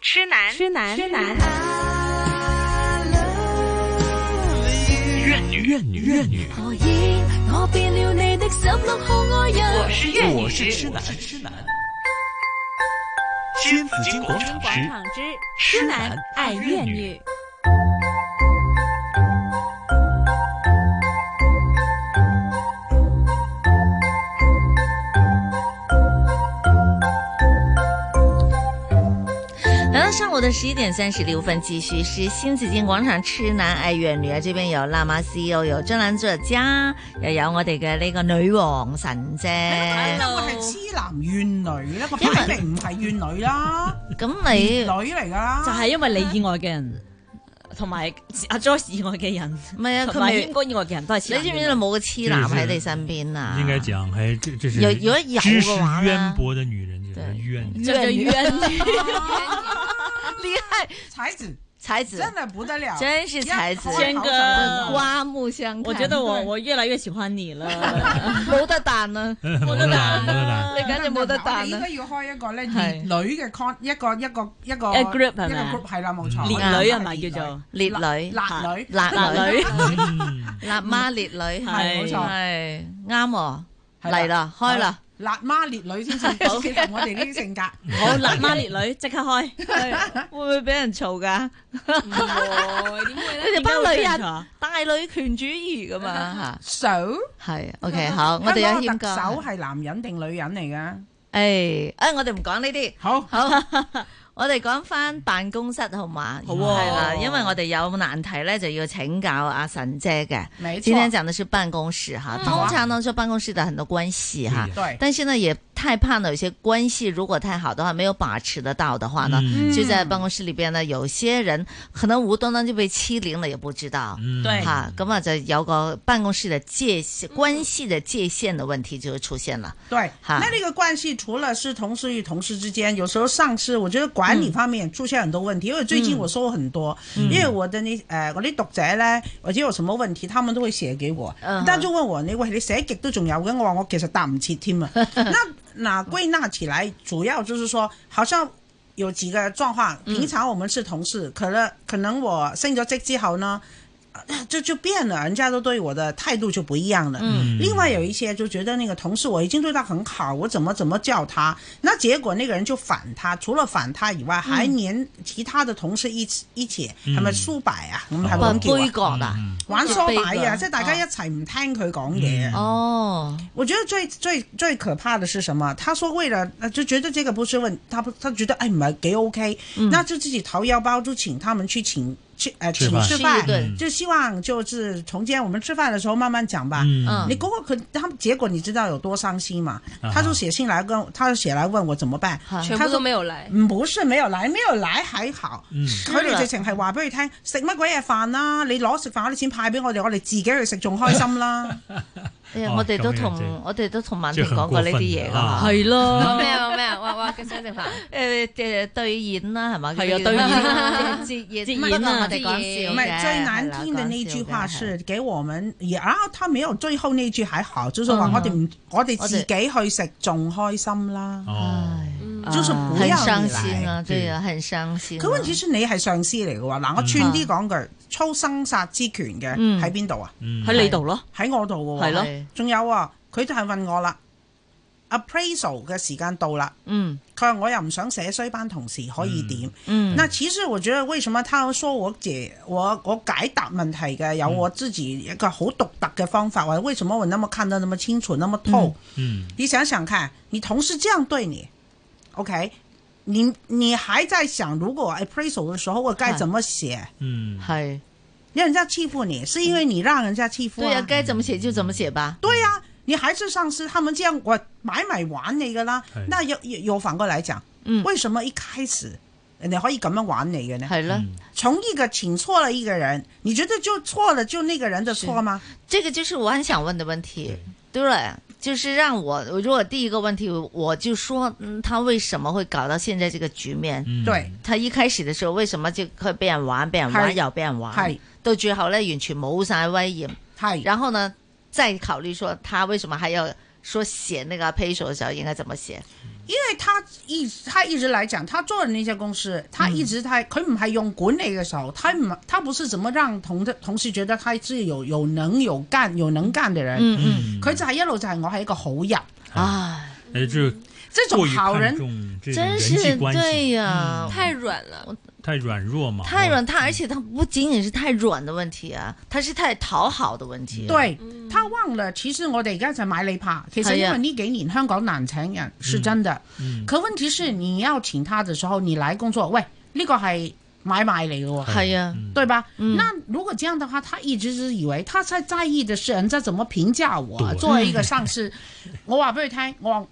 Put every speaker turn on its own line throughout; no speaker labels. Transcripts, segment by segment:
痴男，
痴男，
痴男。
怨女，怨女，怨女。
何以我變了你的十六號愛人？
我是粤女，
我是痴男，痴男。新紫金广场
广
之
场之
痴
痴男
男
爱
怨
怨
女
女。
来到上午的十一点三十六分，继续是新紫荆广场痴男愛怨女啊！這邊有辣媽 CEO，有專欄作家，又有我哋嘅呢個女王神 啫。
我係痴男怨女咧，我擺明唔係怨女 啦，
咁你
女嚟噶啦。
就係因為你以外嘅人，同埋阿 Joyce 以外嘅人，
唔係啊？
同
佢
埋
咪
英哥以外嘅人都係
你
痴
知唔知道
男。
冇個痴男喺你身邊啊？
应该讲，还这这是
有有有
知识
个娃呢
渊博的女人，就是
对
怨女。
就
怨女
冤
厉害，
才子
才子
真的不得了，
真是才子
一
谦
好
哥
想問
刮目相看。
我覺 得我我越來越喜歡你了，
冇得彈啊！
嗯
我
真
的懒，我的懒。
你簡直冇得
我哋
彈
應
啊！
該要開一個咧
係
烈女嘅 con 一個一個一個
一個 group 係咪
一個 group 係啦，冇錯。
烈女係咪 叫做
烈女、
辣女？
辣
辣
女、
女？
嗯
辣媽烈女，
係冇錯，
係啱喎，
係
嚟啦，開啦。
辣媽烈 女先至好符合我哋呢啲性格。
好辣媽烈女，即刻開！
會唔會俾人嘈噶？你哋
點解
班
會
女啊
咁
人
嘈
大女權主義噶嘛嗯
So，
吓， 係 OK 好，我哋有謙
香港特首
哥，
係男人定女人嚟噶？
誒誒，哎我哋唔講呢啲，
好，
好， 我哋講翻辦公室好嘛？
好喎
係啦，因為我哋有難題咧，就要請教阿神姐嘅。
沒
今天
錯，
講的是辦公室哈，
好
通
啊
常呢說辦公室的很多關係哈，
對
對，
但是呢也太怕呢有些關係如果太好的話，沒有把持得到的話呢，
嗯
就在辦公室裏邊呢，有些人可能無端端就被欺凌了，也不知道。
嗯
对
哈，咁啊就有個辦公室的界限、關係的界限的問題就出現了。
对，
哈
那这个关系除了是同事与同事之间，有时候上司，我觉得管
嗯
理方面也出现很多问题。因为最近我收很多，因为我的那呃我啲读者呢，或者有什么问题，他们都会写给我。
嗯
但就问我你喂你寫極都仲有嘅，我話我其實答唔切添啊。那那歸納起來，主要就是說，好像有幾個狀況。平常我們是同事，可能可能我升咗職之後呢， 呃就就變了，人家都對我的態度就不一樣了。
嗯
另外有一些就覺得那個同事我已經對他很好，我怎麼怎麼叫他，那結果那個人就反他，除了反他以外，還連其他的同事一起一起，係咪蘇白啊？咁係咪
哇
咁叫啊
杯葛啊！
嗯
玩梳擺
杯葛
啊，即係大家一齊唔聽佢講嘢啊。
哦，
我觉得最最最可怕的是什么？他说为了呃就觉得这个不是问他不他觉得哎买给 OK，、那
嗯
就自己掏腰包就请他们去请去呃
吃
请
饭
吃
吃一顿
饭，就希望就是从今天我们吃饭的时候慢慢讲吧。
嗯
你，嗰个佢，他结果你知道有多伤心嘛？
啊
他就写信来跟，他就写来问我怎么办。
哈
全部都没有来，
唔好是没有奶，沒有奶喺校。
嗯
佢哋直情係話俾佢聽，食乜鬼嘢飯啦？你攞食飯嗰啲錢派俾我哋，我哋自己去食仲開心啦。
哎呀
哦
我哋都
咁樣
同
啫
我哋都同曼
即
婷
係
講
很
過
過
呢
分
啲嘢噶
啊
嚇，
係 咯，
咩啊咩啊，哇哇，跟上食飯，
誒誒對演呃啦係嘛？
係啊對演
演節演
節
不
演啊
過我哋講笑
唔係
嘅
最難聽的那句話是給我們，然後他沒有最後那句還好，就是話我哋唔，我哋自己去食仲開心啦。
哦，
就是
啊
不
很
要
傷
你
心
來。
啊，對啊，很傷心啊。
佢問題是你係上司嚟嘅喎，嗱我串啲講句，操生殺之權嘅
嗯
喺邊度啊？
嗯
喺你度咯，
喺我度嘅喎。
係咯
係
仲有啊，佢就係問我啦，appraisal 嘅時間到啦。
嗯
佢話我又唔想寫衰班同事，可以點？
嗯，
那其實我覺得為什麼他說我解我我解答問題嘅
嗯
有我自己一個好獨特嘅方法，或者為什麼我那麼看得那麼清楚，那麼透？
嗯
你想想看，你同事這樣對你，OK？你你還在想，如果 appraisal 的時候我該怎麼寫？
嗯，
係
讓人家欺負你，是因為你讓人家欺負
對啊，
啊？
該怎麼寫就怎麼寫吧。
对呀、你还是上司，他们这样我买买玩你噶啦
是。
那又又又反过来讲，
哎嗯
为什么一开始人家可以咁样玩你嘅呢？
係啦。
嗯
从一个请错了一个人，你觉得就错了就那个人的错吗？
这个就是我很想问的问题，对不对？就是让我，如果第一个问题，我就说，嗯，他为什么会搞到现在这个局面？
嗯
对，
他一开始的时候，为什么就佢俾人玩，俾人玩
是
又俾人玩
是，
到最后呢，完全冇晒威严。
系
然后呢，再考虑说他为什么还要说写那个 p a s 的时候应该怎么写？
因為他一他一直來講，他做的那些公司，他一直他佢唔係用管理嘅時候，他唔他不是怎麼讓同同事覺得他是有有能有幹有能幹嘅人，
嗯
佢、就係一路就係我係一個好人，
嗯，啊，
呃，就
這
过
種
于
好
看
人
重这种
真
人
是
际关
对
系，
呀，
嗯
太软了，
太软弱嘛，哦
太软，他而且他不仅仅是太软的问题啊，他是太讨好的问题。，啊
對，他忘了，其實我哋而家就買你怕。其實因為呢幾年香港難請人，是真的。
嗯
可問題是，你要請他的時候，你來工作，喂，呢個係買賣嚟嘅喎，
哎呀，
嗯
對吧？那如果這樣的話，他一直是以為他在在意的是人家怎麼評價我，啊
對
作為一個上司，我啊話俾佢聽，我話，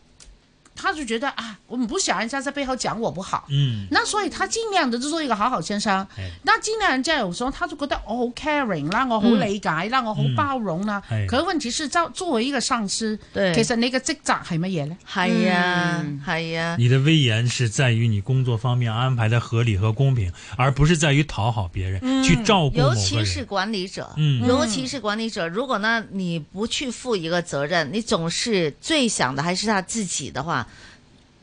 他就覺得啊，我們不想人家在背後講我不好。
嗯，
那所以他盡量的就做一個好好先生
係。
那盡量即係有時候他就覺得哦我好 caring 啦，我好理解啦，我好包容啦。
係
可問題是，作作為一個上司，
對，
其實你嘅職責係乜嘢呢？
系啊，系 啊，
你的威严是在于你工作方面安排的合理和公平，而不是在于讨好别人，去照顾某
尤
个
其是
人。
管理者，
嗯
尤其是管理者，如果呢你不去负一个责任，你总是最想的还是他自己的话。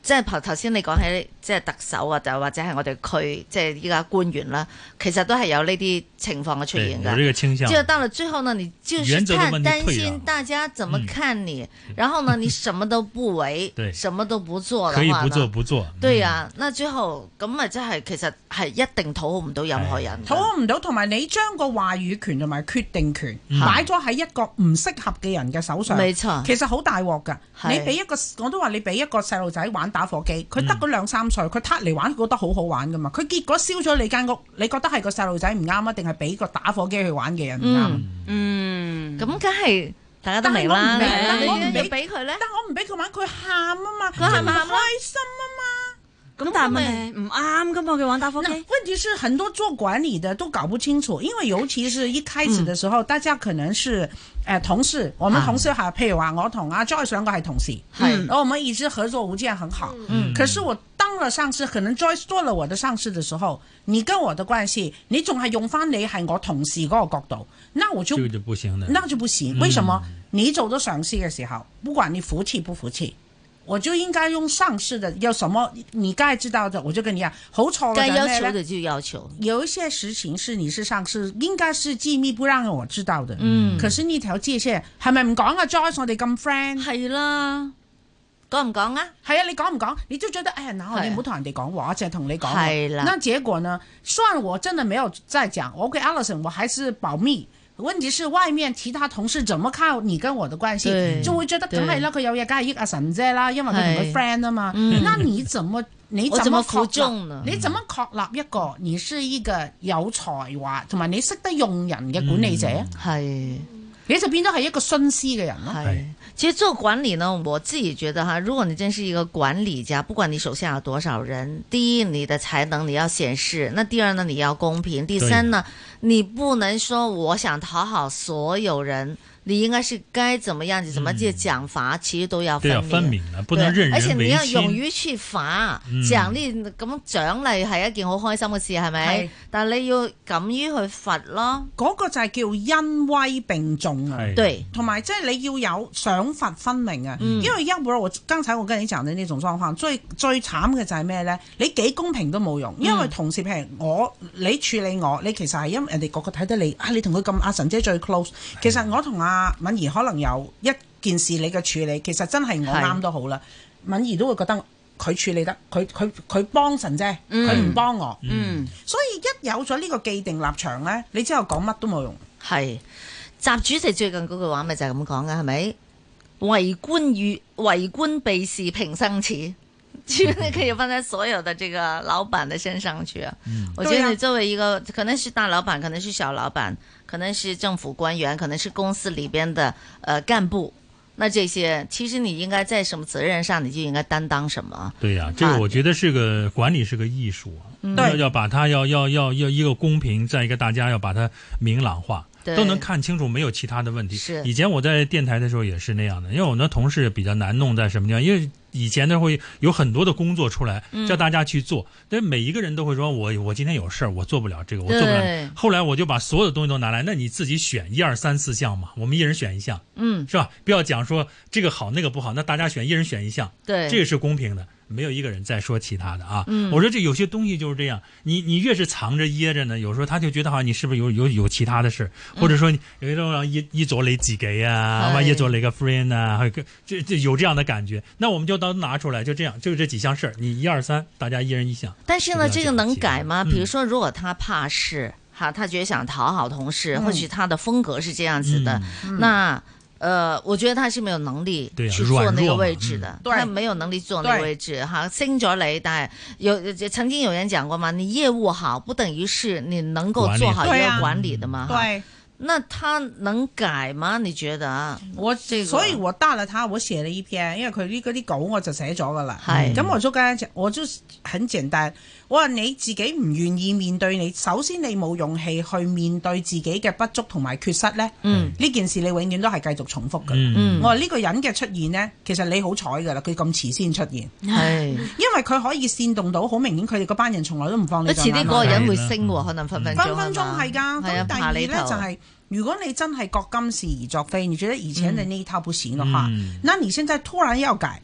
即係頭頭先你講起即係特首啊，就或者係我哋區即係依家官員啦，其實都係有呢啲情況嘅出
对，
現㗎
有。这个倾向
就。到了最后呢，你就是
原则的
看
问题
担
退嗯
心
让
大家怎么看你，然后呢，你什么都 不为，
对
什么都不做的
可以
话
不做嗯
呢，
不做，
啊对呀、那最后咁咪即係其實係一定討好唔到任何人嘅，
討好唔到，同埋你將個話語權同埋決定權
嗯
擺咗喺一個唔適合嘅人嘅手上。
沒錯，
其實好大鑊㗎，
係嗯
你俾一個我都話你俾一個細路仔玩打火機，佢得嗰兩三歲，佢撻嚟玩，佢覺得好好玩㗎嘛。佢結果燒咗你間屋，你覺得係個細路仔唔啱啊，定係俾個打火機去玩嘅人唔啱？
嗯，
嗯，
咁梗係大家都明啦，
但
係
你
我
唔明
你你俾佢咧，
但我唔俾佢玩，佢喊啊嘛，
佢喊咪喊
唔
咯
開心啊嘛。
咁但係咪唔啱噶嘛？佢玩打火
那
機，
问题是很多做管理的都搞不清楚，因为尤其是一开始的時候，大家可能是呃同事，我們同事哈，譬如話我同阿 Joyce 兩個係同事，
係
然後我們一直合作無間很好。
嗯，
可是我當了上司，可能 Joyce 做了我的上司的時候，你跟我的關係，你仲係用翻你係我同事嗰個角度，那我就
这个就不行的。
那就不行。為什麼？你做到上司嘅時候，不管你服氣不服氣，我就應該用上司的有什麼你該知道的，我就跟你講。好錯嘅
該
就
要
係咩
求
咧？
的就要求，
有一些事情是你是上司，應該是機密不讓我知道的。
嗯，
可是呢條界線係咪唔講啊？Joyce，我哋咁 friend，
係啦，講唔講啊？
係啊，你講唔講？你都覺得哎呀，嗱，
係啊
你唔好同人哋講喎，我淨係同你講喎。
係啦
那結果呢？算我真的沒有再講。我給 Alison，我還是保密。問題是外面其他同事怎麼看你跟我的關係，
對
就會覺得梗係啦，佢有嘢梗係益阿神姐啦，因為佢同
係
佢 friend 啊嘛。
嗯
那你怎麼你
我
怎
怎
麼
麼
確
服
立
眾呢？
你怎麼確立一個你是一個有才華同埋你識得用人嘅管理者？
嗯係。
你就變咗係一個徇私嘅人咯。
哎
哎，
其实做管理呢，我自己觉得哈，如果你真是一个管理家，不管你手下有多少人，第一，你的才能你要显示；那第二呢，你要公平；第三呢，你不能说我想讨好所有人，你应该是该怎么样就怎么样，这奖罚其实都要
嗯对
分
要
明。
分明了，不
對
能任
而且
人
你
唯
要勇
亲。
於去罰
嗯
獎勵，咁獎勵係一件好開心嘅事，係咪
係？
但係你要敢於去罰咯，
嗰個就係叫恩威並重啊。
哎
對，
同埋即係你要有賞罰分明啊！
嗯
因為要不然我剛才我跟你講嘅呢種狀況，最最慘嘅就係咩呢？你幾公平都冇用，
嗯
因為同事譬如我你處理我，你其實係因為人哋個個睇得你啊，你同佢咁阿神姐最 close，其實我同阿敏儀可能有一件事你嘅處理，其實真係我
係
啱都好啦，敏儀都會覺得。佢處理得，佢佢佢幫神啫，佢唔幫我，
嗯，
所以一有咗呢個既定立場呢，你之後講乜都冇用。
係習主席最近嗰句話咪就係咁講嘅，係咪？為官與為官避事平 生恥，其實可以放在所有的這个老板的身上去啊。
嗯
我觉
对
得
啊
你作为一个可能是大老板，可能是小老板，可能是政府官员，可能是公司里边的呃干部，那这些其实你应该在什么责任上，你就应该担当什么。
对呀、这
啊
个我觉得是个管理是个艺术啊，要
对
要把它要要要要一个公平，再一个大家要把它明朗化，
对
都能看清楚，没有其他的问题。
是
以前我在电台的时候也是那样的，因为我们的同事比较难弄在什么地方，因为以前呢会有很多的工作出来
嗯
叫大家去做，但每一个人都会说我我今天有事儿，我做不了这个，我做不了那
对
个。后来我就把所有的东西都拿来，那你自己选一二三四项嘛，我们一人选一项，
嗯，
是吧？不要讲说这个好那个不好，那大家选一人选一项，
对，
这个是公平的，没有一个人再说其他的啊。我说这有些东西就是这样，你你越是藏着掖着呢，有时候他就觉得好像你是不是有有有其他的事，或者说你有一种一一左你自己啊，
哎
万一左你个 friend 啊，还有个这这有这样的感觉，那我们就都拿出来，就这样，就这几项事儿，你一二三，大家一人一项。
但是呢，
这
这
个
个
要
能
讲
改吗？
嗯
比如说，如果他怕事，哈，他觉得想讨好同事，或许他的风格是这样子的，
嗯
那。呃，我觉得他是没有能力
对啊
去做那
软
个
弱嘛
位置的，
对
他没有能力做那个
对
位置哈。升咗你，但系有曾经有人讲过嘛，你业务好不等于是你能够
管理
做好一
对
个
啊
管理的嘛。哈
对，
那他能改吗？你觉得啊？
我
这个
所以我搭了他，我寫了一篇，因為佢呢嗰啲稿我就寫咗噶啦。
係
咁我就跟他講我就很簡單，我話你自己唔願意面對你，首先你冇勇氣去面對自己嘅不足同埋缺失咧，
嗯
呢件事你永遠都係繼續重複噶。
嗯
嗯
我話呢個人嘅出現呢，其實你好彩噶啦，佢咁遲先出現，
系，
因為佢可以煽動到好明顯，佢哋嗰班人從來都唔放你
不
在
遲
眼
啲
內
嗰個人會
嗯
升喎，可能分分鐘
分分鐘係㗎。
啊係啊
咁第
怕
二
你
咧
頭
就係、如果你真係覺今是而昨非，你覺得以前你呢一套不行的話，
嗯
那你現在突然要改，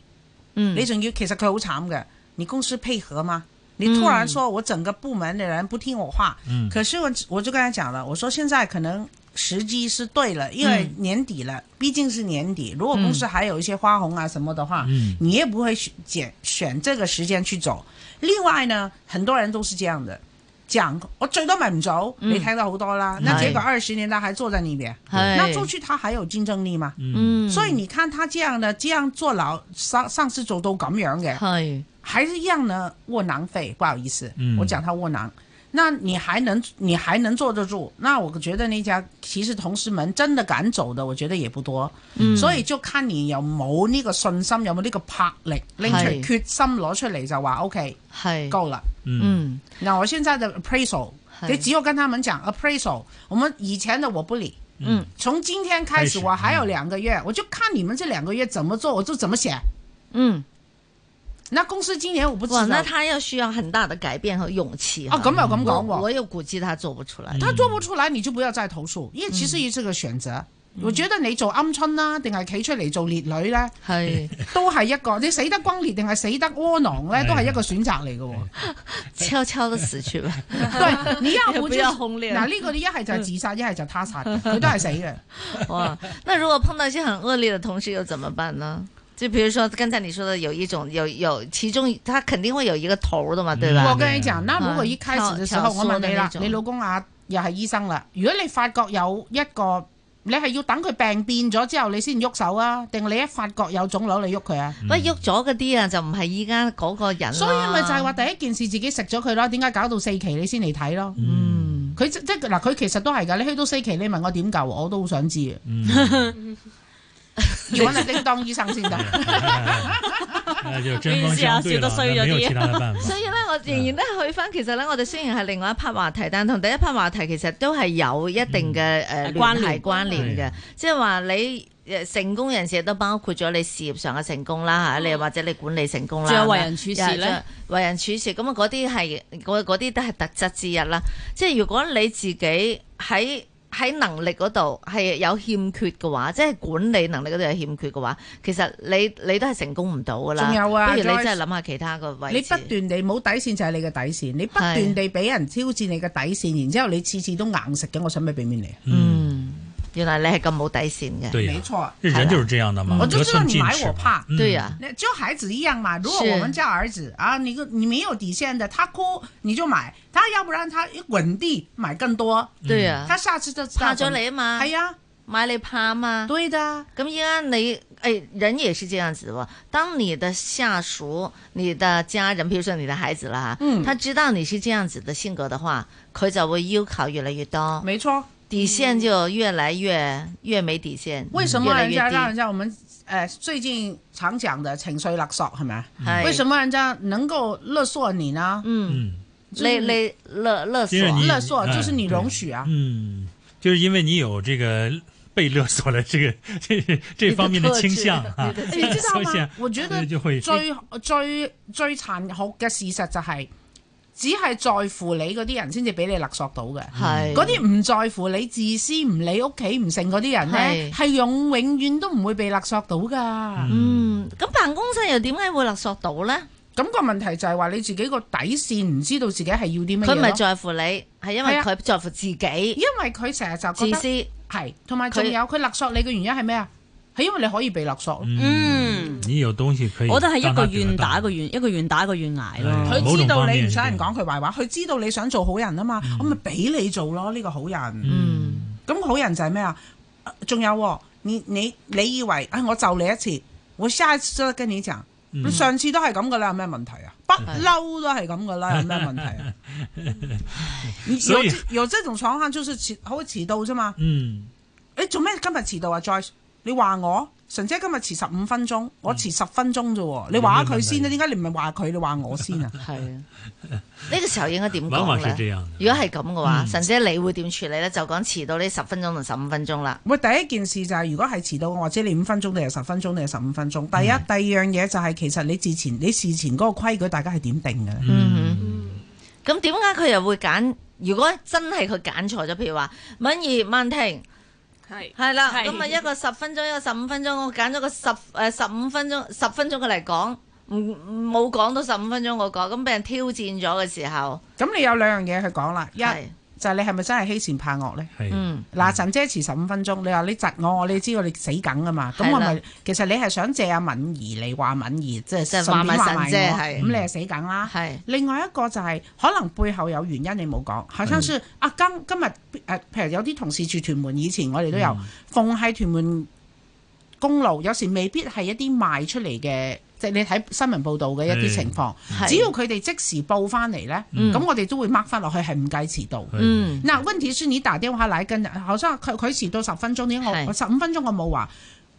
嗯
你仲要其實佢好慘嘅，你公司配合嗎？你突然說我整個部門的人不聽我話，
嗯
可是我我就跟他講了，我說現在可能時機是對了，因為年底
嗯
了，畢竟是年底，如果公司還有一些花紅啊什麼的話，
嗯
你也不會選揀選這個時間去走。另外呢，很多人都是這樣的，講我最多咪唔走，
嗯
你睇到好多啦，那
是
結果二十年他還坐在那邊，那
係
出去他還有競爭力嗎？
嗯
嗯，
所以你看他這樣的，這樣坐牢，上上次做到咁樣嘅，
係
還是一樣呢窩囊廢，不好意思，
嗯
我講他窩囊。那你還能你還能坐得住？那我覺得那家其實同事們真的敢走的，我覺得也不多。
嗯
所以就看你有冇呢個信心，有冇呢個魄力，拎出
係
決心攞出嚟就話 OK
係，
夠啦。
嗯
嗯
那我現在的 appraisal，
係
你只有跟他們講 appraisal，我們以前的我不理，
嗯，
從今天開
開始
始我還有兩個月，我就看你們這兩個月怎麼做，我就怎麼寫。
嗯。
那公司今年我不知
哇，
道，
那他要需要很大的改变和勇气
啊
哈
咁又咁
我
講喎
我又估计他做不出来。
他做不出來，你就不要再投訴，
嗯
因為其實係一個選擇。我覺得你做鵪鶉啦，定係企出嚟做烈女呢，
系，
都係一個。你死得轟烈定係死得窩囊呢，都係一個選擇 嚟嘅喎。
悄悄的死去吧。
對，你要不
不
就
要嗯
是
轟烈
嗱呢個一係就係自殺，一係就他殺嘅，佢都係死嘅。
哇，那如果碰到一些很恶劣的同事又怎么办呢？就比如说刚才你说的，有一种有有，其中他肯定会有一个头的嘛，对
我
吧？
跟你講啦，如果一開始嘅時候
嗯
我問你
挑挑
啦
唆的那，種
你老公啊又係醫生啦，如果你發覺有一個，你係要等佢病變咗之後你先喐手啊，定你一發覺有腫瘤你喐佢啊？
不過喐咗嗰啲啊，就唔係依家嗰個人啦
所以咪就係話第一件事自己食咗佢咯，點解搞到四期你先嚟睇咯？
嗯
佢即即嗱，佢其實都係㗎。你去到四期，你問我點救，我都好想 知嘅。
嗯，
要揾阿叮當醫生先得。
那就针锋相对了，那没有其他的办法。
所以咧，我仍然都去翻，其實咧，我哋雖然係另外一 part 話題，但同第一 part 話題其實都係有一
嗯
定嘅誒聯
關
繫
聯
關聯嘅
係，
即係話你。誒成功人士都包括咗你事業上嘅成功啦嚇，你又或者你管理成功啦，
哦仲有
係咪
為人處事呢
又為人處事咁啊，嗰啲係嗰嗰啲都係特質之一啦。即係如果你自己喺喺能力嗰度係有欠缺嘅話，即係管理能力嗰度有欠缺嘅話，其實你你都係成功唔到噶啦。
仲有啊
不如你
Joyce，
真係諗下其他個位置。
你不斷地冇底線就係你嘅底線，你不斷地俾人挑戰你嘅底線，然之後你次次都硬食嘅，我想咩俾面你？
嗯，
嗯，原來你係咁冇底線嘅。
对呀
沒，錯，
这人就是这样的嘛，
哎我就
得
知道
寸
你
进
買
尺
我
嘛。
怕。
嗯
對呀、
那就孩子一樣嘛，如果
是
我們家兒子啊，你個你沒有底線的，他哭你就買，他要不然他滾地買更多，
對呀、
他下次就知道
啊怕咗嗯你啊嘛，
哎呀，
買你怕啊嘛。
對的，
咁依家你，誒、人也是這樣子喎。當你的下屬、你的家人，譬如說你的孩子啦，
嗯
他知道你是這樣子的性格的話，佢就會要求越嚟越多，
沒錯。
底線就越來越越沒底線。
為什麼人
越來越
家
低
讓人家我們呃最近常講的情緒勒索係咪啊？
係
為什麼人家能夠勒索你呢？
嗯，
嗯，
勒勒勒勒索
因為你
勒索就是你容许啊，
嗯嗯，就是因为你有这个被勒索的这个 这这这方面的倾向啊
你的，
哎你知道
所以
嗎
啊？
我覺
所
得
以就會
最最最殘酷嘅事實就係、只係在乎你嗰啲人先至俾你勒索到嘅。
係
嗰啲唔在乎你自私、唔理屋企、唔剩嗰啲人
係
呢，係永永遠都唔會被勒索到噶。
嗯，咁辦公室又點解會勒索到咧？
咁、個問題就係話你自己個底線唔知道自己係要啲乜
佢唔
嘢
係
咯
在乎你，係因為
係啊
佢在乎自己
因為佢成日就覺
自
得
私。
係，同埋
佢
仲有佢勒索你嘅原因係咩啊？係因為你可以被勒索咯。
嗯，
你有東西可以，
我覺得係一個願打一個願，一個願打一個願挨咯。
係
佢知道你唔想人講佢壞話，佢知道你想做好人啊嘛，我咪俾你做咯呢、個好人。
嗯，
咁、好人就係咩啊？呃仲有、喎，你你你以為啊、我就你一次，我下一次都跟你講，
嗯
你上次都係咁噶啦，有咩問題啊？不嬲都係咁噶啦，有咩問題 啊？有
所以
這有這種廠坑就是遲好遲到啫嘛。
嗯，
你做咩今日遲到啊？Joyce，你話我神姐今日遲十五分鐘，我遲十分鐘啫喎，你話佢
嗯
先啦，啊點解你唔係話佢，你話我先啊？
係啊。呢個時候應該點
往往是
講
這
咧？
樣的。
如果係咁嘅話，神姐你會點處理咧？就講遲到呢十分鐘同十五分鐘啦。
喂，第一件事就係、如果係遲到，我知你五分鐘，你係十分鐘，你係十五分鐘。第一，
嗯
第二樣嘢就係、其實你之前你事前嗰個規矩，大家係點定嘅呢？
嗯哼，咁點解佢又會揀？如果真係佢揀錯咗，譬如話敏儀、曼婷。
係
係啦，
係
咁啊一個十分鐘，一個十五分鐘，我揀咗個十誒十五分鐘，十分鐘嘅嚟講，唔冇講到十五分鐘嗰個，咁俾人挑戰咗嘅時候，
咁你有兩樣嘢去講啦，一
係
就係你係咪真係欺善怕惡呢？
係
嗯
嗱，陳姐遲十五分鐘，你話你窒我，我你知道你死梗噶啊嘛？咁
係啦
我咪其實你係想借阿敏儀嚟話敏儀，即係
即係
順
話
便
埋
話
神姐
埋我
係
咁你係死梗啦。
係
另外一個就係、可能背後有原因你冇講，好像是啊今今日誒、呃譬如有啲同事住屯門，以前我哋都有，逢係屯門公路，有時未必係一啲賣出嚟嘅，即係你睇新聞報道嘅一啲情況，
係
只要佢哋即時報翻嚟呢，
嗯
咁、我哋都會 mark 翻落去係唔計遲到。
嗯
嗱，温鐵書你打電話嚟跟，好像佢佢遲到十分鐘，點解
係
我我十五分鐘我冇話，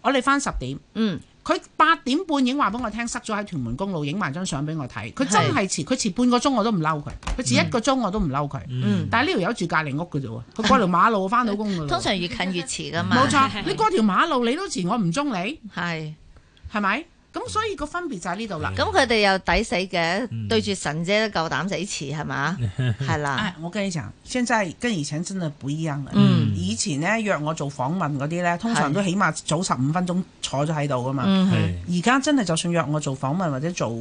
我哋翻十點。
嗯
佢八點半已經話俾我聽，塞咗喺屯門公路，影埋張相俾我睇。佢真係遲，佢遲半個鐘我都唔嬲佢，佢遲一個鐘我都唔嬲佢。
嗯，
但係呢條友住隔離屋嘅啫喎，佢過條馬路翻到工嘅
通
喎。
常越近越遲噶嘛，
冇錯，你過條馬路你都遲，我唔中你，
係。
係咪？咁所以個分別就喺呢度啦。
咁佢哋又抵死嘅，
嗯
對住神姐都夠膽死遲 係嘛，係
哎
啦，
啊唉，我跟你講，現在跟以前真係不一樣啦。
嗯
以前咧約我做訪問嗰啲咧，通常都起碼早十五分鐘坐咗喺度噶嘛。
嗯哼
係
而家真係就算約我做訪問或者做誒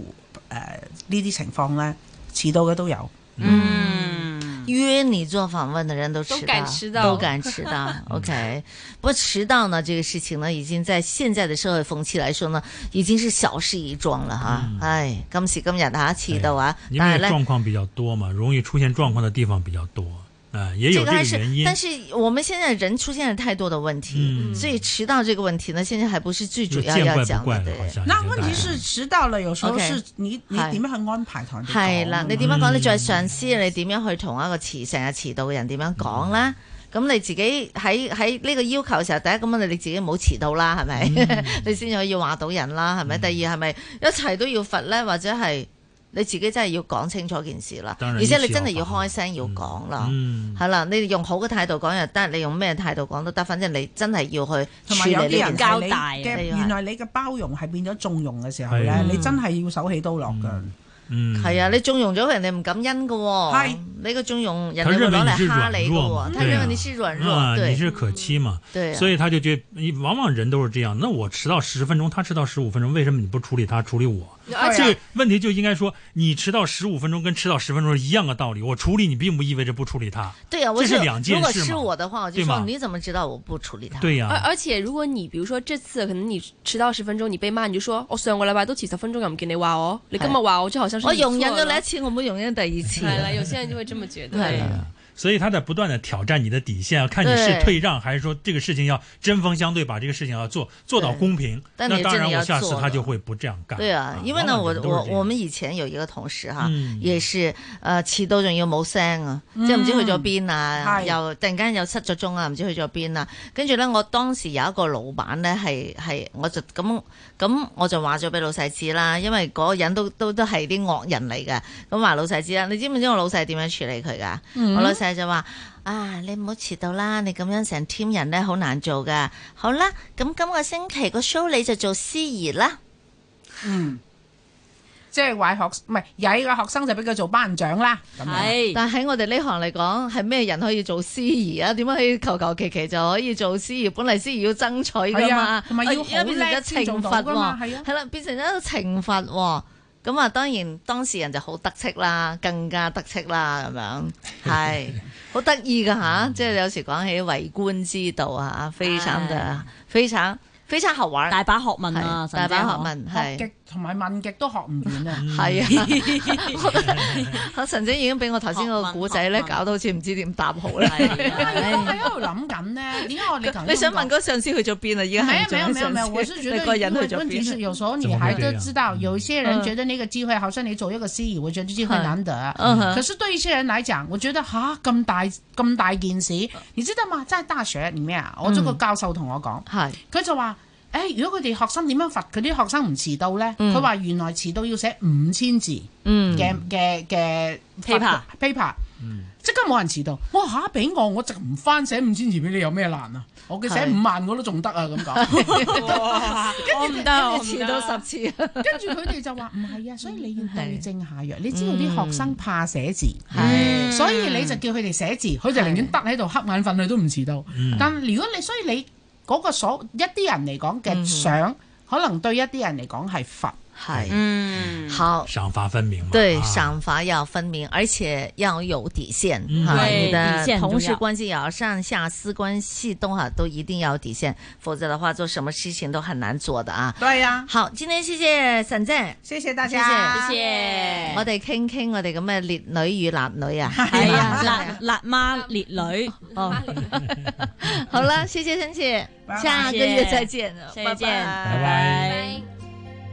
呢啲情況咧，遲到嘅都有。
嗯，
约你做访问的人都迟到，
都敢迟到
都敢 迟到 OK，不过迟到呢这个事情呢，已经在现在的社会风气来说呢，已经是小事一桩了哈。唉，今时今日吓迟到啊，
嗯哎因
但
为
系呢。
状况比较多嘛，容易出现状况的地方比较多，啊，也有这
这个
个
还
原因
是，但。是我们现在人出现了太多的问题，
嗯
所以迟到这个问题呢，现在还不是最主
就
要
见
要
怪不
讲
怪
的。
了，好
对，
像。
那問題是遲到了，有時候
OK
是你你
係
點樣去安排同人哋
系
講啊
啦，你點樣講？你作為上司，你點樣去同一個遲成日遲到嘅人點樣講啦？咁你自己喺喺呢個要求嘅時候，第一咁你你自己唔好遲到啦，係咪？ 你先可以話到人啦，係咪？第二係咪一齊都要罰咧？或者係你自己真係要講清楚件事啦，
當然
而且你真係要開聲要講啦。
嗯，
係啦，你用好嘅態度講又得，你用咩態度講都得，反正你真係要去
同埋有
處理呢件事
啲人係
處理呢件事
你
交代啊
嘅
你話
原來你嘅包容係變咗縱容嘅時候咧，
係
你真係要手起刀落㗎。
嗯，
係啊，你縱容咗人哋唔感恩嘅喎，
係
你個縱容人
他
哋會
認為
攞
你
嚟
是
蝦
軟
你嘅
弱嘛
喎，他
對
認
啊
為你是軟弱，
啊，你
對。
是可欺嘛，
对啊
所以他就觉得，你往往人都是这样。那我迟到十分钟，他迟到十五分钟，为什么你不处理他，处理我？
啊
而
这
且
个问题就应该说，你迟到十五分钟跟迟到十分钟是一样的道理。我处理你，并不意味着不处理他。
对啊呀、我
这是
就
两件
如果
事
是
嘛
我的话，我就
对
说
吗
你怎么知道我不处理他？
对呀、
而而且如果你，比如說這次可能你遲到十分鐘，你被罵，你就說我上個禮拜都遲十分鐘又唔見你話我，你今日話我就好像是
我
你錯
容忍咗你一
了
次，我唔會容忍第二次。啊
係啦，有些人就會這麼覺得。
係啦
嗯所以他在不断的挑战你的底线，啊看你
对
是退让还是说这个事情要针锋相对，把这个事情要做做到
对
公平。
但
那
你
当
真的
然，我
要
下次
做
他
了
就会不这样干。
对啊，因為呢，
往
我
往人都是
我
这样
我們以前有一個同事哈，
嗯
也是誒遲到仲要冇聲啊，即係唔知去
嗯
咗邊啊，
係
又突然間又失咗蹤啊，唔知去咗邊啊。跟住咧，我當時有一個老闆咧係係，我就咁咁我就話咗俾老細知啦，因為嗰個
嗯
人都都都係啲惡人嚟嘅，咁話老細知啦。你知唔知我老細點樣處理佢㗎？我老細細就話：啊，你唔好遲到啦，你咁樣成 team 人咧好難做噶。好啦，咁今個星期個 show 你就做司儀啦。
嗯，即係壞學唔係曳嘅學生就俾佢做班長啦。咁
啊
樣
係
但喺我哋呢行嚟講，係咩人可以做司儀啊？點樣可以求求其其就可以做司儀？本嚟司儀要爭取噶
係
嘛
啊，同埋要
而家變成咗懲
好叻先做到
罰
㗎嘛
喎
係啊，
係啦，變成咗一個懲罰喎。咁啊，當然當事人就好得戚啦，更加得戚啦，咁樣係 好得意噶吓，
嗯
即係有時講起為官之道啊，非常嘅
唉，
非常非常好玩，
大把學問啊，
係
神姐
大把學
嗬。
問
學
係
極同埋問極都學唔完啊！
係啊，我覺得 阿陳啊姐已經俾我頭先嗰個古仔咧
學問學問
搞到好似唔知點答好啦。
我
係啊
喺度諗緊咧，點解我哋頭先
你想問
講
嗰上司去咗邊啊？而家
没有
係
没有
仲
没有没有，我是觉得
你 個人去咗
问题是
邊？
有时候
怎
你
么会
还
这
都
样
知道，有一些人
嗯
觉得那个机会，好像你走一个司仪，我觉得机会
嗯
难得。 啊
嗯
可
哼，
是对一些人来讲，我觉得哈咁大咁大件事，
嗯
你知道嘛？在大学里面啊，我做個教授同我講，
係
佢就話：，誒、如果佢哋學生點樣罰佢啲學生唔遲到咧？
嗯
佢話、原來遲到要寫五千字
嗯
嘅嘅嘅
Paper
paper，
嗯
即刻冇人遲到。我話嚇俾我，我直唔翻寫五千字俾你有咩難啊？我嘅寫
係
五萬我都仲得啊咁 講。
我唔得，我唔
遲到十次啊！
跟住佢哋就話唔係啊，所以你要對症下藥。你知道啲學
嗯
生怕寫字，
係
所以你就叫佢哋寫字，佢就寧願得喺度瞌眼瞓，佢都唔遲到。
嗯
但如果你所以你嗰個所一啲人嚟講嘅想，可能對一啲人嚟講係罰。
係
嗯，
好，
赏罚分明嘛。
對，
啊
賞罰要分明，而且要有底線
嗯
哈。
對
你的
底線很重要
同事關係也要上下司關系都哈都一定要有底線，否則的話做什麼事情都很難做的啊。
對呀，
好，今天謝謝沈姐，
謝謝大
家
謝謝。
嗯我哋傾傾我哋咁嘅烈女與辣女啊。
係啊，辣辣媽烈女，
哦，好了，謝謝沈姐，
拜拜
下個月再見，
下一屆
拜拜
拜拜
拜。